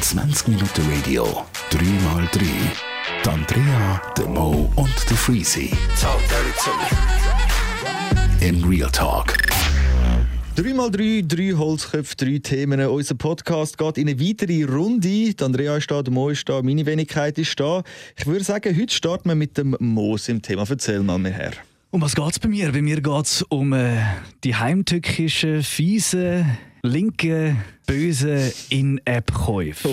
20 Minuten Radio, 3x3. Die Andrea, der Mo und der Freezy. Im Real Talk. 3x3, 3 Holzköpfe, 3 Themen. Unser Podcast geht in eine weitere Runde. Die Andrea ist da, der Mo ist da, meine Wenigkeit ist da. Ich würde sagen, heute starten wir mit dem Moos im Thema. Erzähl mal mir her. Um was geht's bei mir? Bei mir geht's um äh, die heimtückischen, fiesen, linken, bösen In-App-Käufe.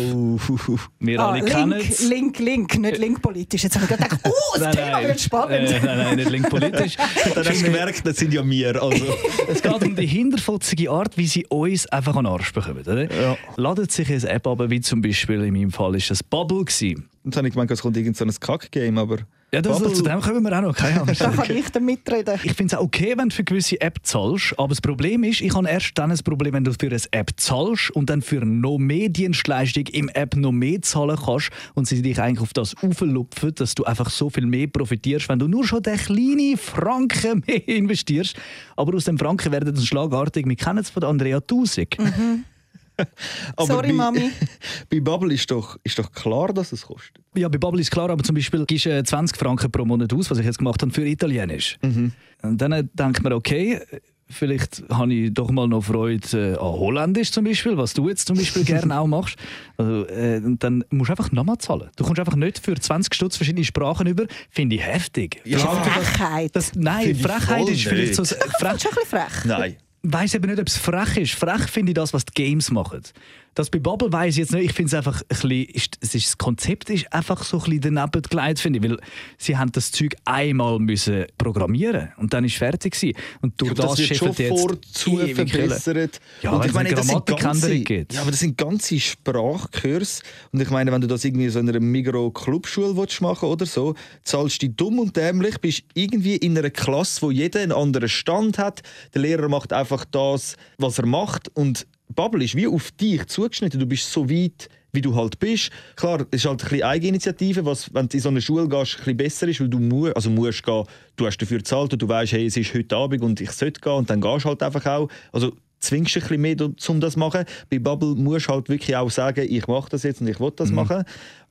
Wir Oh. Ah, alle kennen link, link, link, nicht linkpolitisch. Jetzt habe ich gerade gedacht, oh, das Thema wird spannend. Äh, nein, nein, nicht linkpolitisch. Dann hast du gemerkt, das sind ja wir. Also. es geht um die hinterfotzige Art, wie sie uns einfach an den Arsch bekommen. Oder? Ja. Ladet sich eine App ab, wie zum Beispiel in meinem Fall ist das Bubble. Gewesen. Jetzt habe ich gemeint, es kommt irgend so ein Kack-Game, aber... Ja, das, Bubble- zu dem kommen wir auch noch, keine Angst. Da kann ich dann mitreden. Ich finde es auch okay, wenn du für gewisse App zahlst, aber das Problem ist, ich habe erst dann ein Problem, wenn du für eine App zahlst und dann für noch mehr Dienstleistung im App noch mehr zahlen kannst und sie dich eigentlich auf das auflupfen, dass du einfach so viel mehr profitierst, wenn du nur schon den kleinen Franken mehr investierst. Aber aus dem Franken werden dann schlagartig, wir kennen es von der Andrea Tausig. aber Sorry, bei, Mami. bei Bubble ist doch, ist doch klar, dass es kostet. Ja, bei Bubble ist klar, aber zum Beispiel gibst du äh, 20 Franken pro Monat aus, was ich jetzt gemacht habe, für Italienisch. Mhm. Und dann äh, denkt man, okay, vielleicht habe ich doch mal noch Freude äh, an Holländisch zum Beispiel, was du jetzt zum Beispiel gerne auch machst. Also, äh, und dann musst du einfach nochmal zahlen. Du kommst einfach nicht für 20 Stutz verschiedene Sprachen über. Finde ich heftig. Frechheit. Das Das, nein, Finde ich Frechheit voll ist vielleicht so... nicht. Frech, ist schon ein bisschen frech. Nein. weiß eben nicht, ob es frech ist. Frech finde ich das, was die Games machen. Das bei Bubble weiß ich jetzt nicht. Ich finde es einfach ein bisschen, ist, es ist, das Konzept ist einfach so ein bisschen daneben geleitet, finde ich. Weil sie haben das Zeug einmal müssen programmieren und dann ist fertig gewesen. Und durch Aber das, das, wird schon schiffen die jetzt vorzu ewig verbessert. Ja, wenn's eine Grammatikänderung gibt. ja, aber das sind ganze Sprachkurse. Und ich meine, wenn du das irgendwie so in einer Migro-Clubschule willst machen oder so, zahlst du dich dumm und dämlich, bist irgendwie in einer Klasse, wo jeder einen anderen Stand hat. Der Lehrer macht einfach das, was er macht. Und Bubble ist wie auf dich zugeschnitten. Du bist so weit wie du halt bist. Klar, es ist halt ein bisschen Eigeninitiative, was, wenn du in so eine Schule gehst, ein bisschen besser ist, weil du mu also musst gehen, du hast dafür gezahlt und du weißt, hey, es ist heute Abend und ich sollte gehen und dann gehst du halt einfach auch. Also zwingst du ein bisschen mehr, um das zu machen. Bei Bubble musst du halt wirklich auch sagen, ich mache das jetzt und ich will das machen.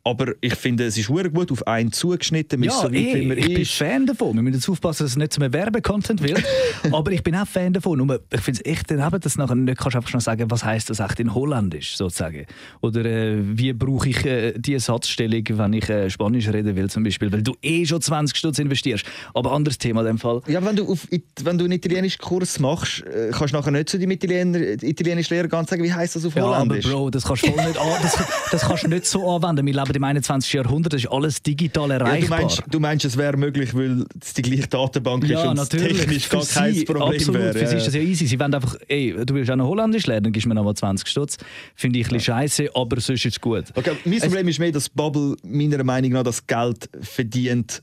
Aber ich finde, es ist sehr gut auf einen zugeschnitten, man ist Ja, so weit, eh, wie man ich bin ist. Fan davon. Wir müssen jetzt aufpassen, dass es nicht zu einem Werbecontent wird. aber ich bin auch Fan davon. Nur, ich finde es echt daneben, dass du nachher nicht kannst einfach schon sagen, was heißt das echt in Holländisch sozusagen. Oder äh, wie brauche ich äh, diese Satzstellung, wenn ich äh, Spanisch reden will zum Beispiel, weil du eh schon 20 Stutz investierst. Aber anderes Thema in dem Fall. Ja, aber wenn du, auf, It- wenn du einen italienischen Kurs machst, äh, kannst du nachher nicht zu deinem Italiener, äh, italienischen Lehrer ganz sagen, wie heißt das auf Ja, aber Holländisch? Bro, das kannst du voll nicht, an, das, das kannst du nicht so anwenden. Wir leben im 21. Jahrhundert, das ist alles digital Ja, du, erreichbar. meinst, du meinst, es wäre möglich, weil es die gleiche Datenbank ist und es technisch Für gar kein sie, Problem absolut. wäre. Für sie ist das ja easy. Sie wollen einfach, ey, du willst auch noch Holländisch lernen, dann gibst du mir nochmal 20 Stutz. Finde ich ein bisschen scheiße, aber sonst ist es gut. okay, mein Problem ist mehr, dass Bubble meiner Meinung nach das Geld verdient,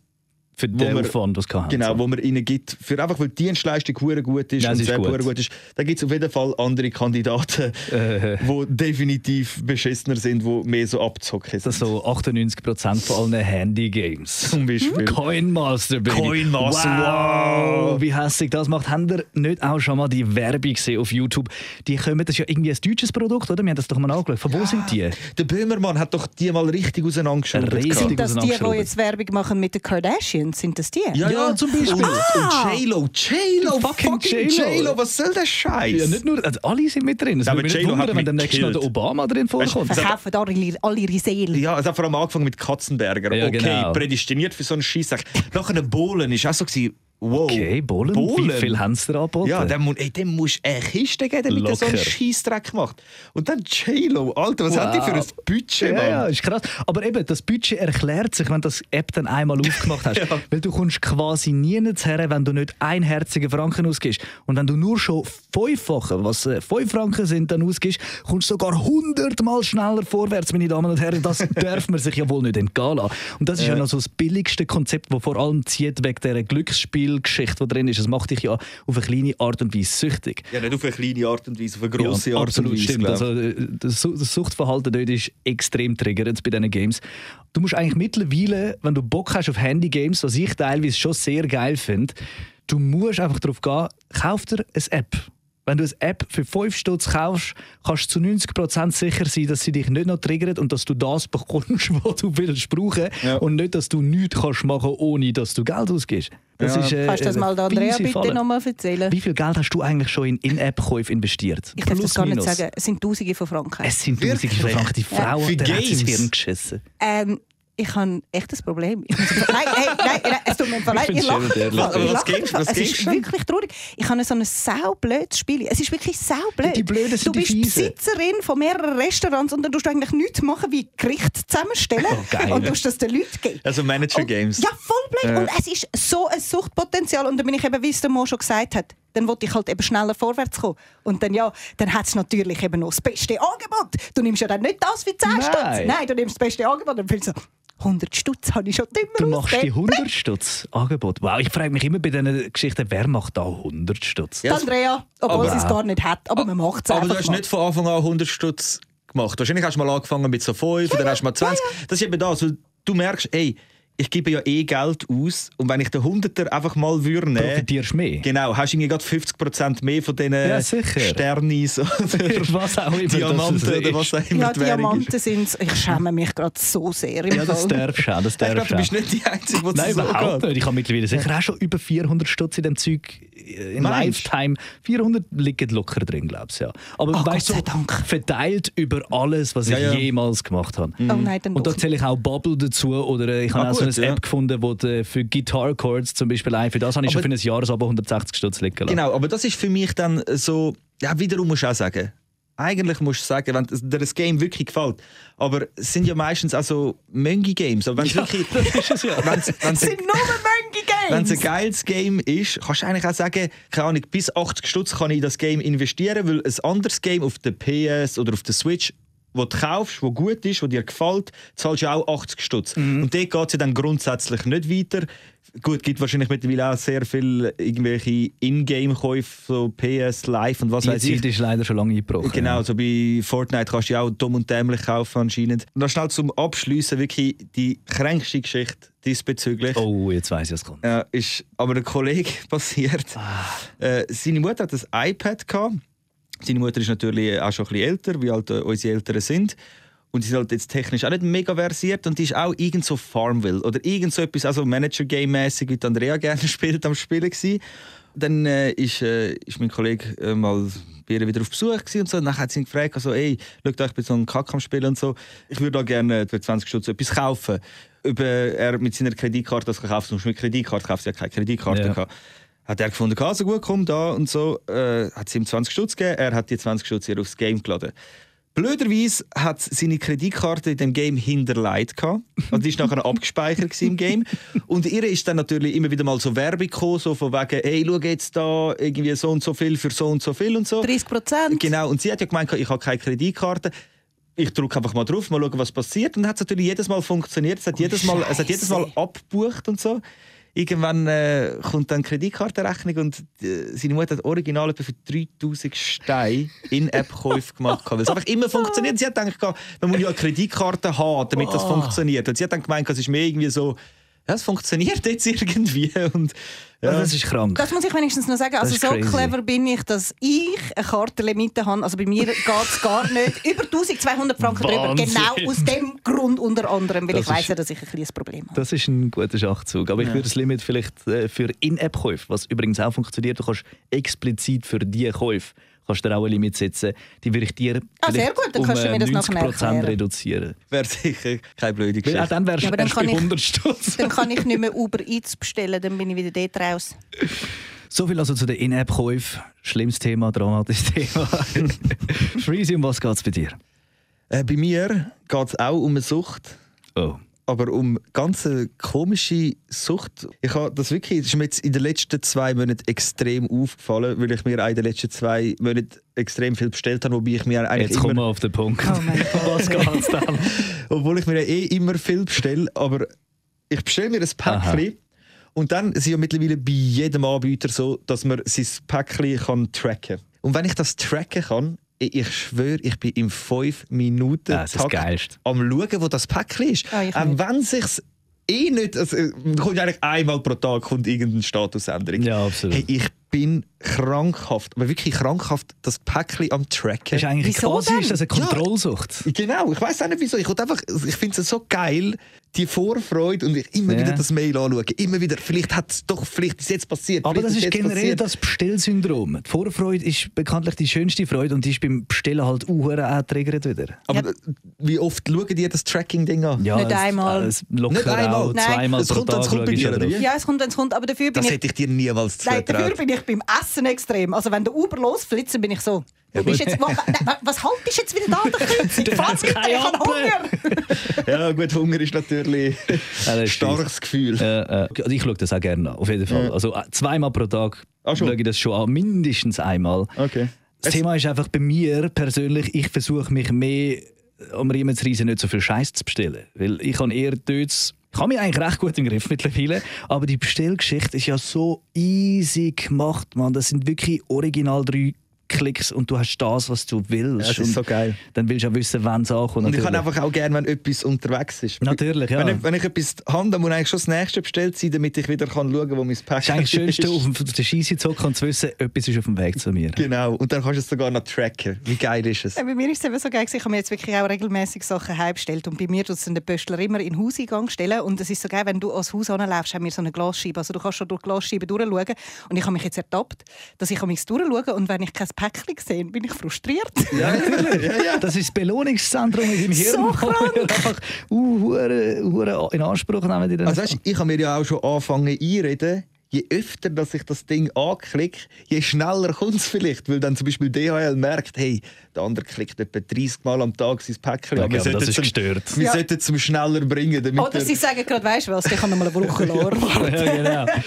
Für den wo wir- Aufwand, was kann genau, wo man ihnen gibt. Für einfach, weil die Dienstleistung hure gut ist Also. Ja, und es das ist Web gut. hure gut ist. Da gibt es auf jeden Fall andere Kandidaten, Äh. die definitiv beschissener sind, die mehr so abzocken sind. Das sind so 98% Also von allen Handy-Games. zum Beispiel. Hm? Coinmaster, Baby. Coinmaster, wow. wow. Wie hässlich das macht. Habt ihr nicht auch schon mal die Werbung gesehen auf YouTube? Die kommen, das ist ja irgendwie ein deutsches Produkt, oder? Wir haben das doch mal angeschaut. Von wo sind die? Der Böhmermann hat doch die mal richtig auseinandergeschoben. Riesig. gehabt. Sind das die, die auseinandergeschraubt. jetzt Werbung machen mit den Kardashians? Sind das die? Ja, zum Beispiel. Und, und J-Lo, J-Lo, Fucking fucking, J.Lo. J-Lo. was soll der Scheiß? Ja, nicht nur, also alle sind mit drin. Es Ja, würde aber mich nicht J.Lo hat wundern, wenn mich demnächst noch gekillt. der Obama drin vorkommt. Verkaufen alle, alle ihre Seele. Ja, es hat vor allem angefangen mit Katzenberger. Ja, okay, genau. prädestiniert für so einen Scheißsack. Nach einem Bohlen war auch so, gewesen, wow. Okay, Bohlen, wie viel haben sie dir angeboten? Oh, Ja, dem, mu- ey, dem musst du eine Kiste geben, damit er so einen Locker. Scheissdreck macht. Und dann J-Lo, Alter, was Wow. hat die für ein Budget, Ja, Mann? ja, ist krass. Aber eben, das Budget erklärt sich, wenn du das App dann einmal aufgemacht hast. Weil du kommst quasi nie her, wenn du nicht einherzigen Franken ausgibst. Und wenn du nur schon fünffache, was äh, fünf Franken sind, dann ausgibst, kommst du sogar hundertmal schneller vorwärts, meine Damen und Herren. Das darf man sich ja wohl nicht entgehen lassen. Und das ist ja, noch so das billigste Konzept, das vor allem zieht wegen dieser Glücksspielgeschichte, die drin ist. Das macht dich ja auf eine kleine Art und Weise süchtig. Ja, nicht auf eine kleine Art und Weise, auf eine grosse Ja, Art absolut und Weise. stimmt. glaub. Also, äh, das Su- das Suchtverhalten dort ist extrem triggernd bei diesen Games. Du musst eigentlich mittlerweile, wenn du Bock hast auf Handy-Games, was ich teilweise schon sehr geil finde, du musst einfach darauf gehen, kauf dir eine App. Wenn du eine App für 5 Stutz kaufst, kannst du zu 90% sicher sein, dass sie dich nicht noch triggert und dass du das bekommst, was du willst brauchen. Ja. Und nicht, dass du nichts kannst machen, ohne dass du Geld ausgibst. Das Ja. ist, äh, Kannst du das äh, mal der Andrea fiese Falle. bitte nochmal erzählen? Wie viel Geld hast du eigentlich schon in In-App-Käufe investiert? Ich darf Plus, das gar nicht minus. sagen. Es sind Tausende von Franken. Es sind Wirklich? tausende Franken. Die Frau Für hat dir ins Games? Hirn geschissen. Ähm, ich habe echt ein Problem. Ich muss im Fall- nein, hey, nein, nein, es tut mir im Fall leid. Ich Ich find's schön lache. und im ehrlich. Fall. Aber was Ich lache im gibt's- Fall. was Es gibt's ist denn? wirklich traurig. Ich habe so ein saublödes Spiel. Es ist wirklich saublöd. Die Blöden sind du die bist Fiesen. Besitzerin von mehreren Restaurants und dann tust du eigentlich nichts machen wie Gericht zusammenstellen Oh, geil. und tust das den Leuten geben. Also Manager Und- Games. Ja, voll Äh. blöd. Und es ist so ein Suchtpotenzial. Und dann bin ich eben, wie es der Mo schon gesagt hat, dann wollte ich halt eben schneller vorwärts kommen. Und dann ja, dann hat es natürlich eben noch das beste Angebot. Du nimmst ja dann nicht das für 10 Nein. Stutz. Nein, du nimmst das beste Angebot. Dann fühlst du so, 100 Stutz habe ich schon dümmer Du machst die ausgegeben. 100 Stutz Angebot. Wow, ich frage mich immer bei diesen Geschichten, wer macht da 100 Stutz? Die Andrea, obwohl Aber- sie es gar nicht hat. Aber man macht es Aber du einfach hast mal. nicht von Anfang an 100 Stutz gemacht. Wahrscheinlich hast du mal angefangen mit so 5 oder hast du mal 20. Das ist eben das, weil du merkst, ey, ich gebe ja eh Geld aus und wenn ich den 100er einfach mal würde nehmen, Profitierst du mehr? genau, hast du irgendwie gerade 50% mehr von diesen Ja, sicher. Sternis oder Was auch immer das Diamanten ist. oder was auch immer Ja, die Währung ist. Diamanten sind Ich schäme mich gerade so sehr. Im Ja, das Fall. darfst du auch, das Ich glaube, darfst du du bist auch. nicht die Einzige, die Nein, es so überhaupt geht. nicht. Ich habe mittlerweile sicher auch schon über 400 Stutz in dem Zeug äh, im Meinst du? Lifetime. 400 liegen locker drin, glaubst du, ja. Aber Ah, weißt du, Gott sei Dank. verteilt über alles, was Ja, ich ja. jemals gemacht habe. Oh nein, dann Und da doch. zähle ich auch Bubble dazu oder äh, ich habe Ah, auch so eine gut, ja. App gefunden, wo du äh, für Guitar Chords zum Beispiel ein, für das habe ich schon Aber- für ein Jahresabo 160 Stutz liegen lassen. Genau, aber das ist für mich dann äh, so, ja, wiederum musst du auch sagen, eigentlich musst du sagen, wenn dir das Game wirklich gefällt, aber es sind ja meistens auch so Möngi-Games, aber wenn es wirklich, Das ist es ja. wenn's, Es wenn's, sind nur Menge Games. wenn es ein geiles Game ist, kannst du eigentlich auch sagen, keine Ahnung, bis 80 Stutz kann ich in das Game investieren, weil ein anderes Game auf der PS oder auf der Switch, wo du kaufst, wo gut ist, wo dir gefällt, zahlst du auch 80 Stutz. Und dort geht es ja dann grundsätzlich nicht weiter. Gut, gibt wahrscheinlich mittlerweile auch sehr viele irgendwelche Ingame-Käufe, so PS, Live und was Die weiß ich. Zeit ist leider schon lange eingebrochen. Genau, so bei Fortnite kannst du ja auch dumm und dämlich kaufen anscheinend. Und dann schnell zum Abschliessen wirklich die kränkste Geschichte diesbezüglich. Oh, jetzt weiss ich, was kommt. Ja, ist aber ein Kollege passiert. Äh, seine Mutter hat ein iPad gehabt. Seine Mutter ist natürlich auch schon ein bisschen älter, wie alt äh, unsere Eltern sind. Und die sind halt jetzt technisch auch nicht mega versiert und die ist auch irgend so Farmville oder irgend so etwas, also Manager-Game-mäßig, wie die Andrea gerne spielt, am Spielen gewesen. Dann äh, ist, äh, ist mein Kollege äh, mal bei ihr wieder auf Besuch gewesen und so. Und dann hat sie ihn gefragt, also, ey, schau da, ich bin so ein Kack am Spielen und so. Ich würde da gerne äh, für 20 Stutz etwas kaufen. Ob äh, er mit seiner Kreditkarte das kaufen kann, sonst mit Kreditkarte kaufen, sie hat keine Kreditkarte Ja. gehabt hat er gefunden, ah, so gut, komm da und so, äh, hat sie ihm 20 Stutz gegeben, er hat die 20 Stutz hier aufs Game geladen. Blöderweise hat seine Kreditkarte in dem Game hinterlegt. gehabt. Also die ist nachher abgespeichert gewesen im Game. Und ihr ist dann natürlich immer wieder mal so Werbung gekommen, so von wegen, hey, schau jetzt da, irgendwie so und so viel für so und so viel und so. 30 Prozent. Genau, und sie hat ja gemeint, ich habe keine Kreditkarte. Ich drücke einfach mal drauf, mal schauen, was passiert. Und dann hat es natürlich jedes Mal funktioniert. Es hat, jedes mal, es hat jedes Mal Scheisse. abgebucht und so. Irgendwann äh, kommt dann die Kreditkartenrechnung und äh, seine Mutter hat original etwa für 3000 Steine in App-Käufe gemacht. gehabt, Weil es einfach immer funktioniert. Sie hat gedacht, gehabt, man muss ja eine Kreditkarte haben, damit das funktioniert. Und sie hat dann gemeint, es ist mehr irgendwie so, ja, es funktioniert jetzt irgendwie. Und, ja. Also, Das ist krank. Das muss ich wenigstens noch sagen. Also ist so crazy. clever bin ich, dass ich eine Kartenlimite habe. Also bei mir geht es gar nicht über 1200 Franken drüber. Wahnsinn. Genau aus dem Grund unter anderem, weil Das ich weiss ist- ja, dass ich ein kleines Problem habe. Das ist ein guter Schachzug. Aber ich würde das Limit vielleicht äh, für In-App-Käufe, was übrigens auch funktioniert, du kannst explizit für diese Käufe kannst du auch ein Limit setzen. Die würde ich dir Ah, sehr vielleicht gut, dann um kannst du mir das äh, nachher 90% erklären. reduzieren. Wäre sicher keine blöde Weil auch Geschichte. dann wärst Ja, du aber dann erst kann bei ich- 100 Stutz. Dann kann ich nicht mehr Uber Eats bestellen, dann bin ich wieder dort raus. So viel also zu den In-App-Käufen. Schlimmes Thema, dramatisches Thema. Freezy, um was geht es bei dir? Äh, bei mir geht es auch um eine Sucht. Oh. aber um ganz eine komische Sucht. Ich habe das wirklich, das ist mir jetzt in den letzten zwei Monaten extrem aufgefallen, weil ich mir auch in den letzten zwei Monaten extrem viel bestellt habe, wobei ich mir eigentlich Jetzt kommen immer, wir auf den Punkt. Oh mein Gott. was geht's dann? obwohl ich mir ja eh immer viel bestelle, aber ich bestelle mir ein Päckchen und dann sind ja mittlerweile bei jedem Anbieter so, dass man sein Päckchen kann tracken kann. Und wenn ich das tracken kann, ich ich schwöre, ich bin im 5 Minuten Ah, das ist das Geilste. am schauen, wo das Päckchen ist. Ah, ich Auch nicht. wenn sich's eh nicht, also, äh, kommt ja eigentlich einmal pro Tag kommt irgendeine Statusänderung. Ja, absolut. Hey, ich bin krankhaft, aber wirklich krankhaft, das Päckchen am Tracken. Das ist eigentlich Wieso quasi denn? ist das eine Kontrollsucht. Genau, ich weiß auch nicht wieso. Ich, wollt einfach, ich finde es so geil, die Vorfreude und ich immer Ja. wieder das Mail anschauen. Immer wieder, vielleicht hat es doch, vielleicht ist jetzt passiert. Aber das vielleicht ist jetzt generell passiert. das Bestellsyndrom. Die Vorfreude ist bekanntlich die schönste Freude und die ist beim Bestellen halt uhren auch triggert wieder. Aber wie oft schauen die das Tracking-Ding an? Ja, Nicht es- äh, einmal. Es locker Nicht einmal. auch Nein. zweimal Es pro kommt, Tag. es kommt bei schaust du dir, da oder drauf. wie? Ja, es kommt, wenn es kommt, aber dafür bin Das ich... hätte ich dir niemals Nein, dafür zugetraut. bin ich beim Essen extrem. Also wenn der Uber losflitzt, dann bin ich so... Wo gut. bist jetzt, wo, nein, was haltest du jetzt wieder da an der Kreuzung? Dann Fahr hat's weiter, ich keine habe Ampel. Hunger! Ja, gut, Hunger ist natürlich Ja, das ein ist starkes Gefühl. Äh, äh, also ich schaue das auch gerne an, auf jeden Fall. Also äh, zweimal pro Tag Ah, Mhm. schon? schaue ich das schon an, mindestens einmal. Okay. Das Thema ist einfach bei mir persönlich, ich versuche mich mehr um Riemen zu reisen, nicht so viel Scheiß zu bestellen. Weil ich habe eher dort. Ich habe mich eigentlich recht gut im Griff mittlerweile, aber die Bestellgeschichte ist ja so easy gemacht, man. Das sind wirklich original drei Klicks und du hast das, was du willst. Ja, das ist Und so geil. Dann willst du ja wissen, wann es ankommt. Und ich kann natürlich. einfach auch gerne, wenn etwas unterwegs ist. Natürlich, ja. Wenn ich, wenn ich etwas habe, dann muss eigentlich schon das nächste bestellt sein, damit ich wieder kann schauen kann, wo mein Päckchen Das ist eigentlich das Schönste, auf dem- auf der Scheisse zu hocken und zu wissen, etwas ist auf dem Weg zu mir. Genau, und dann kannst du es sogar noch tracken. Wie geil ist es? Ja, Äh, bei mir ist es eben so geil, gewesen, ich habe mir jetzt wirklich auch regelmäßig Sachen heimgestellt und bei mir tut es dann der Pöstler immer in den Hauseingang stellen und es ist so geil, wenn du ans Haus anläufst, haben wir so eine Glasscheibe, also du kannst schon durch die Glasscheibe durchschauen und ich habe mich jetzt ertappt, dass ich an mich durchschaue und wenn ich kein Päckchen sehe, bin ich frustriert. Ja, natürlich. Das ist das Belohnungszentrum in deinem Hirn. So wo krank. wir Einfach uh, hure- hure in Anspruch nehmen die dann. Also weißt, du, ich habe mir ja auch schon angefangen einreden, je öfter dass ich das Ding anklicke, je schneller kommt es vielleicht. Weil dann zum Beispiel DHL merkt, hey, der andere klickt etwa 30 Mal am Tag sein Päckchen. an. Okay, aber das sollten ist zum- gestört. Wir Ja. Oh, sollten es zum schneller bringen. Damit Oder er- sie sagen gerade, weißt du was, ich habe noch mal eine Woche lang. ja, genau.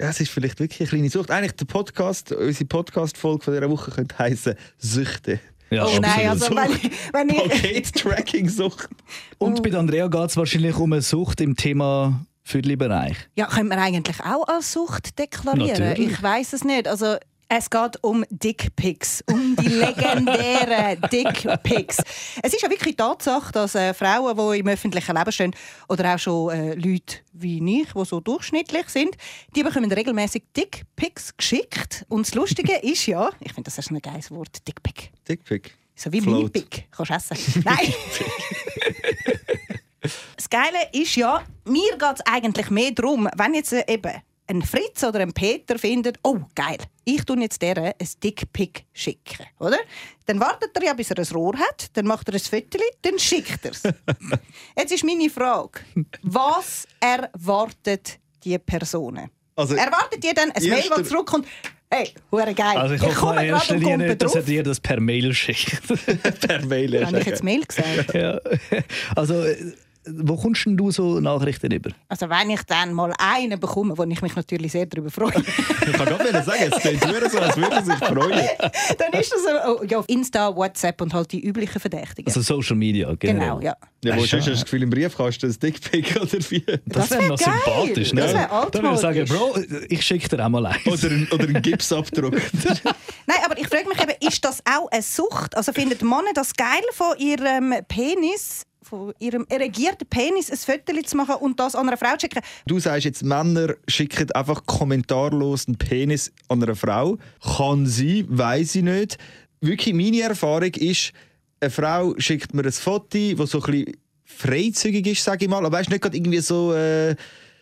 ja, es ist vielleicht wirklich eine kleine Sucht. Eigentlich der Podcast, unsere Podcast-Folge von dieser Woche könnte heißen «Süchte». Ja, Oh nein, also wenn Absolut. ich, wenn ich Paket-Tracking-Sucht. oh. Und bei Andrea geht es wahrscheinlich um eine Sucht im Thema Viertelbereich. ja, können wir eigentlich auch als Sucht deklarieren? Natürlich. Ich weiß es nicht, also es geht um Dickpics, um die legendären Dickpics. Es ist ja wirklich Tatsache, dass äh, Frauen, die im öffentlichen Leben stehen, oder auch schon äh, Leute wie ich, die so durchschnittlich sind, die bekommen regelmäßig Dickpics geschickt. Und das Lustige ist ja, ich finde, das ist ein geiles Wort, Dickpic. Dickpick. So wie Float. Minipick. Kannst du essen. Nein! das Geile ist ja, mir geht es eigentlich mehr darum, wenn jetzt äh, eben ein Fritz oder ein Peter findet, oh geil, ich tun jetzt deren ein Dickpick schicken, oder? Dann wartet er ja, bis er ein Rohr hat, dann macht er ein Fötterli, dann schickt er es. jetzt ist meine Frage, was erwartet die Personen? Also- erwartet ihr dann ein Mail, Erster- das zurückkommt, hey, hure geil, Also ich, hoffe komme in erster gerade und komme Linie nicht, dass er drauf. dir das per Mail schickt. Per Mail. ist Habe ich okay. jetzt Mail gesagt? ja. Also, äh, wo kommst denn du so Nachrichten über? Also wenn ich dann mal einen bekomme, wo ich mich natürlich sehr darüber freue, Ich kann gerade wieder sagen, es klingt wirklich so, als würde er sich freuen. dann ist das so, oh, ja, Insta, WhatsApp und halt die üblichen Verdächtigen. Also Social Media, generell. genau, ja. Ja, wo Das ist sonst hast du das Gefühl, im Briefkasten ein Dickpick oder wie? Das, Das wäre wär noch geil. sympathisch. Ne? Das wär Dann würde ich sagen, altmodisch. Bro, ich schicke dir auch mal eins. Oder ein, oder ein Gipsabdruck. Nein, aber ich frage mich eben, ist das auch eine Sucht? Also findet Männer das geil von ihrem Penis, von ihrem erregierten Penis ein Foto zu machen und das an einer Frau zu schicken? Du sagst jetzt, Männer schicken einfach kommentarlos einen Penis an eine Frau. Kann sie, weiß ich nicht. Wirklich, meine Erfahrung ist, eine Frau schickt mir ein Foto, das so ein bisschen freizügig ist, sage ich mal. Aber weißt nicht gerade irgendwie so äh,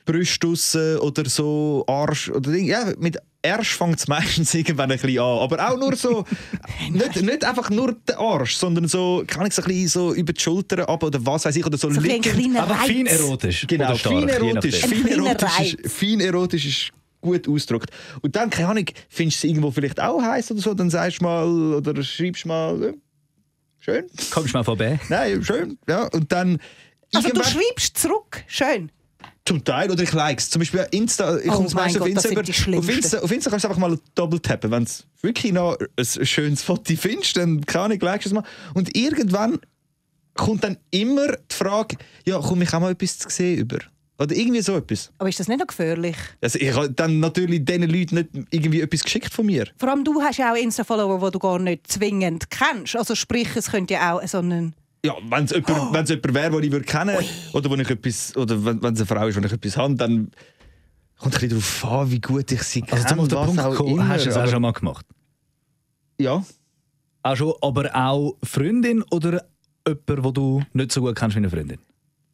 Brüste draussen oder so Arsch oder Ding. Ja, mit Arsch fängt es meistens irgendwann ein bisschen an. Aber auch nur so, nicht, nicht einfach nur den Arsch, sondern so, kann ich so ein bisschen so über die Schultern ab oder was weiß ich, oder so, So ein liegend. kleiner Einfach Reiz. Also, fein erotisch. Genau, Oder stark, fein je erotisch. Fein nachdem. Ein kleiner erotisch, ist, Reiz. fein erotisch ist gut ausgedrückt. Und dann, keine Ahnung, findest du es irgendwo vielleicht auch heiß oder so, dann sagst du mal oder schreibst mal, äh, schön, Kommst du mal vorbei? nein, schön, ja, und dann Also du irgendwann- schreibst zurück, schön. zum Teil oder ich likes. Zum Beispiel Insta, ich Oh komme mein meist auf Gott, das Insta sind über. die Auf Schlimmsten. Insta, auf Insta kannst du einfach mal doppelt tappen. Wenn es wirklich noch ein schönes Foto findest, dann keine Ahnung, likest du es mal. Und irgendwann kommt dann immer die Frage, ja, komme ich auch mal etwas zu sehen über? Oder irgendwie so etwas. Aber ist das nicht noch gefährlich? Also ich habe dann natürlich diesen Leuten nicht irgendwie etwas geschickt von mir. Vor allem du hast ja auch Insta-Follower, die du gar nicht zwingend kennst. Also sprich, es könnte ja auch so einen... Ja, wenn es jemand, wenn's jemand wäre, den ich würde kennen würde, oder, wo ich etwas- oder wenn wenn es eine Frau ist, die ich etwas habe, dann Kommt ein bisschen darauf an, wie gut ich sie Also zum auf den was Punkt auch gekommen, immer, hast du das auch aber- schon mal gemacht? Ja. Auch schon, aber auch Freundin oder jemand, wo du nicht so gut kennst wie eine Freundin?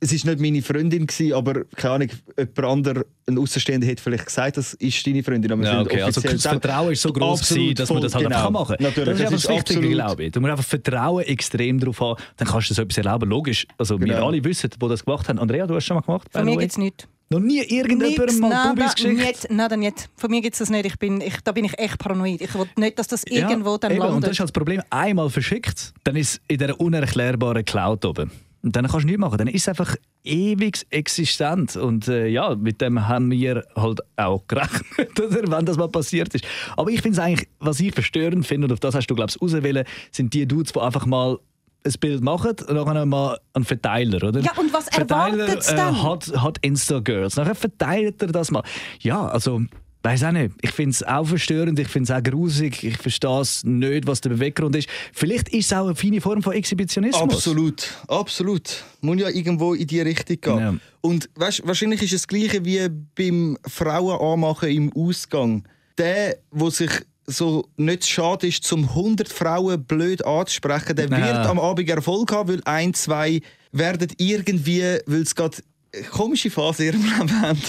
es ist nicht meine Freundin gewesen, aber keine Ahnung, jemand anderer, ein Außenstehender, hätte vielleicht gesagt, das ist deine Freundin. Aber wir Ja, sind okay. Also offiziell das Vertrauen ist so groß, Absolut, gewesen, dass man voll, das halt einfach genau. machen kann. Natürlich, das ist es einfach ist das Wichtige, absolut- glaube ich. Du musst einfach Vertrauen extrem darauf haben, dann kannst du so etwas erlauben. Logisch, also wir Genau. alle wissen, die das gemacht haben. Andrea, du hast es schon mal gemacht? by Von the mir way? gibt es nichts. Noch nie irgendjemandem mal Bubis geschickt? nicht, nein, nicht. Von mir gibt es das nicht. Ich bin, ich, da bin ich echt paranoid. Ich will nicht, dass das Ja, irgendwo dann eben, Und das landet. ist halt das Problem, einmal verschickt, dann ist es in dieser unerklärbaren Cloud oben. Und dann kannst du nichts machen, dann ist es einfach ewig existent. Und äh, ja, mit dem haben wir halt auch gerechnet, oder, wenn das mal passiert ist. Aber ich finde es eigentlich, was ich verstörend finde, und auf das hast du, glaube ich, ausgewählt, sind die Dudes, die einfach mal ein Bild machen und dann mal einen Verteiler, oder? Ja, und was Verteiler, erwartet's dann? Äh, hat, hat Insta-Girls. Nachher verteilt er das mal. Ja, also, weiß auch nicht. Ich finde es auch verstörend, ich finde es auch grusig. Ich verstehe es nicht, was der Beweggrund ist. Vielleicht ist es auch eine feine Form von Exhibitionismus. Absolut, absolut. Muss ja irgendwo in die Richtung gehen. Ja. Und weißt, wahrscheinlich ist es das Gleiche wie beim Frauenanmachen im Ausgang. Der, wo sich so nicht schade ist, zum 100 Frauen blöd anzusprechen, der Nein. wird am Abend Erfolg haben, weil ein, zwei werden irgendwie, weil es gerade eine komische Phase in ihrem Leben haben,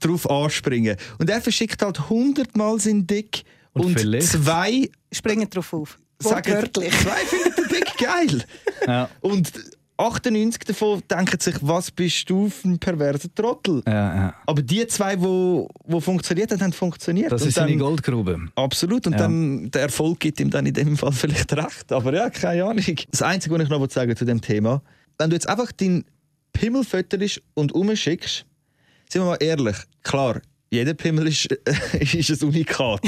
darauf anspringen. Und er verschickt halt 100 Mal seinen Dick Und und, vielleicht- zwei Springen drauf auf. sagen, Wortwörtlich. zwei finden den Dick geil. Ja. Und 98 davon denken sich, was bist du für ein perverser Trottel? Ja, ja. Aber die zwei, die wo, wo funktioniert haben, haben funktioniert. Das Und ist seine dann- Goldgrube. Absolut. Und Ja. dann, der Erfolg gibt ihm dann in dem Fall vielleicht recht. Aber ja, keine Ahnung. Das Einzige, was ich noch sagen will zu dem Thema, wenn du jetzt einfach deinen Pimmel fötterst und umschickst, sind wir mal ehrlich, klar, jeder Pimmel ist, ist ein Unikat.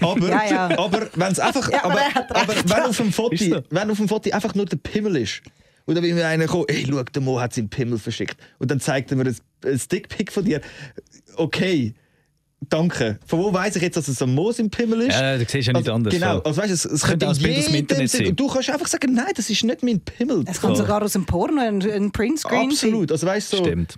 aber Ja, ja. aber wenn es einfach, Ja, aber aber, er hat aber recht. wenn auf dem Foto, Ist so. wenn auf dem Foto einfach nur der Pimmel ist und dann will mir einer kommen, ey, schau, der Mo hat seinen Pimmel verschickt und dann zeigt er mir ein, ein Dickpick von dir, okay. Danke. Von wo weiß ich jetzt, dass es ein Moos im Pimmel ist? Ja, du siehst ja nicht also, anders, Genau. voll. Also, weißt, du, es, es Könnte könnte auch ein Bild aus dem jedem Internet sein. Und du kannst einfach sagen, nein, das ist nicht mein Pimmel. Es kann sogar aus einem Porno ein, ein Printscreen sein. Absolut. Also, weißt du, so, Stimmt.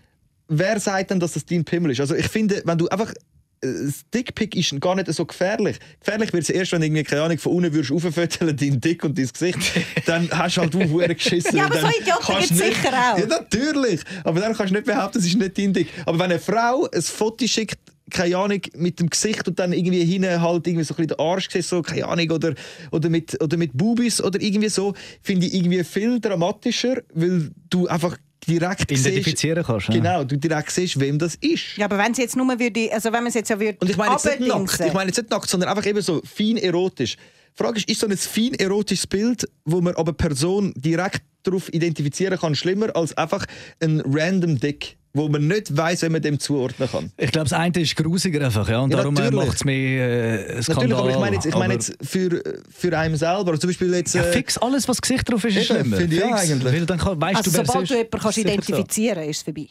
wer sagt denn, dass das dein Pimmel ist? Also ich finde, wenn du einfach äh, das Dickpick ist gar nicht so gefährlich. Gefährlich wird es erst, wenn du irgendwie, keine Ahnung, von unten würdest aufföteln, dein Dick und dein Gesicht. Dann hast halt du verdammt geschissen. Ja, Und aber dann so Idioten kannst gibt's nicht- sicher auch. Ja, natürlich. Aber dann kannst du nicht behaupten, es ist nicht dein Dick. Aber wenn eine Frau ein Foto schickt, keine Ahnung, mit dem Gesicht und dann irgendwie hinten halt irgendwie so ein bisschen den Arsch gesehen, so, keine Ahnung, oder, oder, mit, oder mit Bubis oder irgendwie so, finde ich irgendwie viel dramatischer, weil du einfach direkt Identifizieren kannst, ja. Genau, Genau, du direkt siehst, wem das ist. Ja, aber wenn sie jetzt nur würde, also wenn man es jetzt ja würde, Und ich meine jetzt nicht abdingsen. nackt, ich meine jetzt nicht nackt, sondern einfach eben so fein erotisch. Die Frage ist, ist so ein fein erotisches Bild, wo man aber Person direkt darauf identifizieren kann, schlimmer als einfach ein random Dick, wo man nicht weiß, wenn man dem zuordnen kann. Ich glaube, das eine ist grusiger einfach, ja. Und Ja, darum natürlich. macht es mehr äh, Skandal. Natürlich, aber ich meine jetzt, ich meine Aber- jetzt für, für einen selber, zum Beispiel jetzt. Ja, äh, fix alles, was Gesicht drauf ist, ist Eben, schlimmer. finde ich Fix. auch eigentlich. Weil dann kann, weißt also du, wer es sobald ist. du jemanden kannst Ist sicher so. identifizieren ist es vorbei.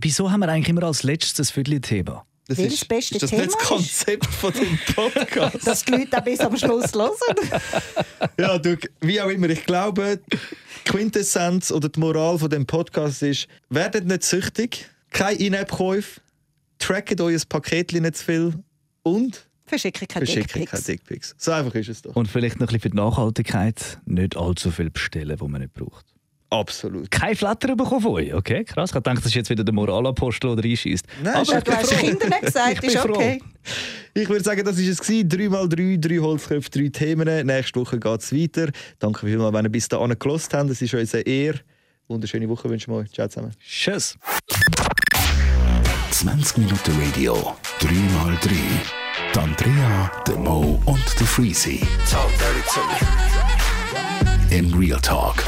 Wieso haben wir eigentlich immer als letztes das Viertel-Thema? das welches ist, beste ist das Thema nicht das ist? Konzept von dem Podcast? Dass die Leute auch bis am Schluss hören. Ja, du, wie auch immer, ich glaube, die Quintessenz oder die Moral von dem Podcast ist, werdet nicht süchtig, kein In-App-Käufe, tracket euer Paket nicht zu viel und Verschicke keine verschickt keine Dickpics. Dickpics. So einfach ist es doch. Und vielleicht noch ein bisschen für die Nachhaltigkeit nicht allzu viel bestellen, wo man nicht braucht. Absolut. Kein Flatter bekommen von euch, okay? Krass, ich dachte, das ist jetzt wieder der Moralapostel, der reinschießt. Nein, ist Ja, ja du hast froh. Kinder nicht Ich gesagt, bin ist froh. okay. Ich würde sagen, das war es. 3x3, 3 Holzköpfe, 3 Themen. Nächste Woche geht es weiter. Danke vielmals, wenn ihr bis dahin gelost habt. Es ist uns eine Ehre. Wunderschöne Woche wünschen wir euch. Ciao zusammen. Tschüss. 20 Minuten Radio, 3x3. Die Andrea, der Mo und der Freezy. Talk dirty to me. In Real Talk.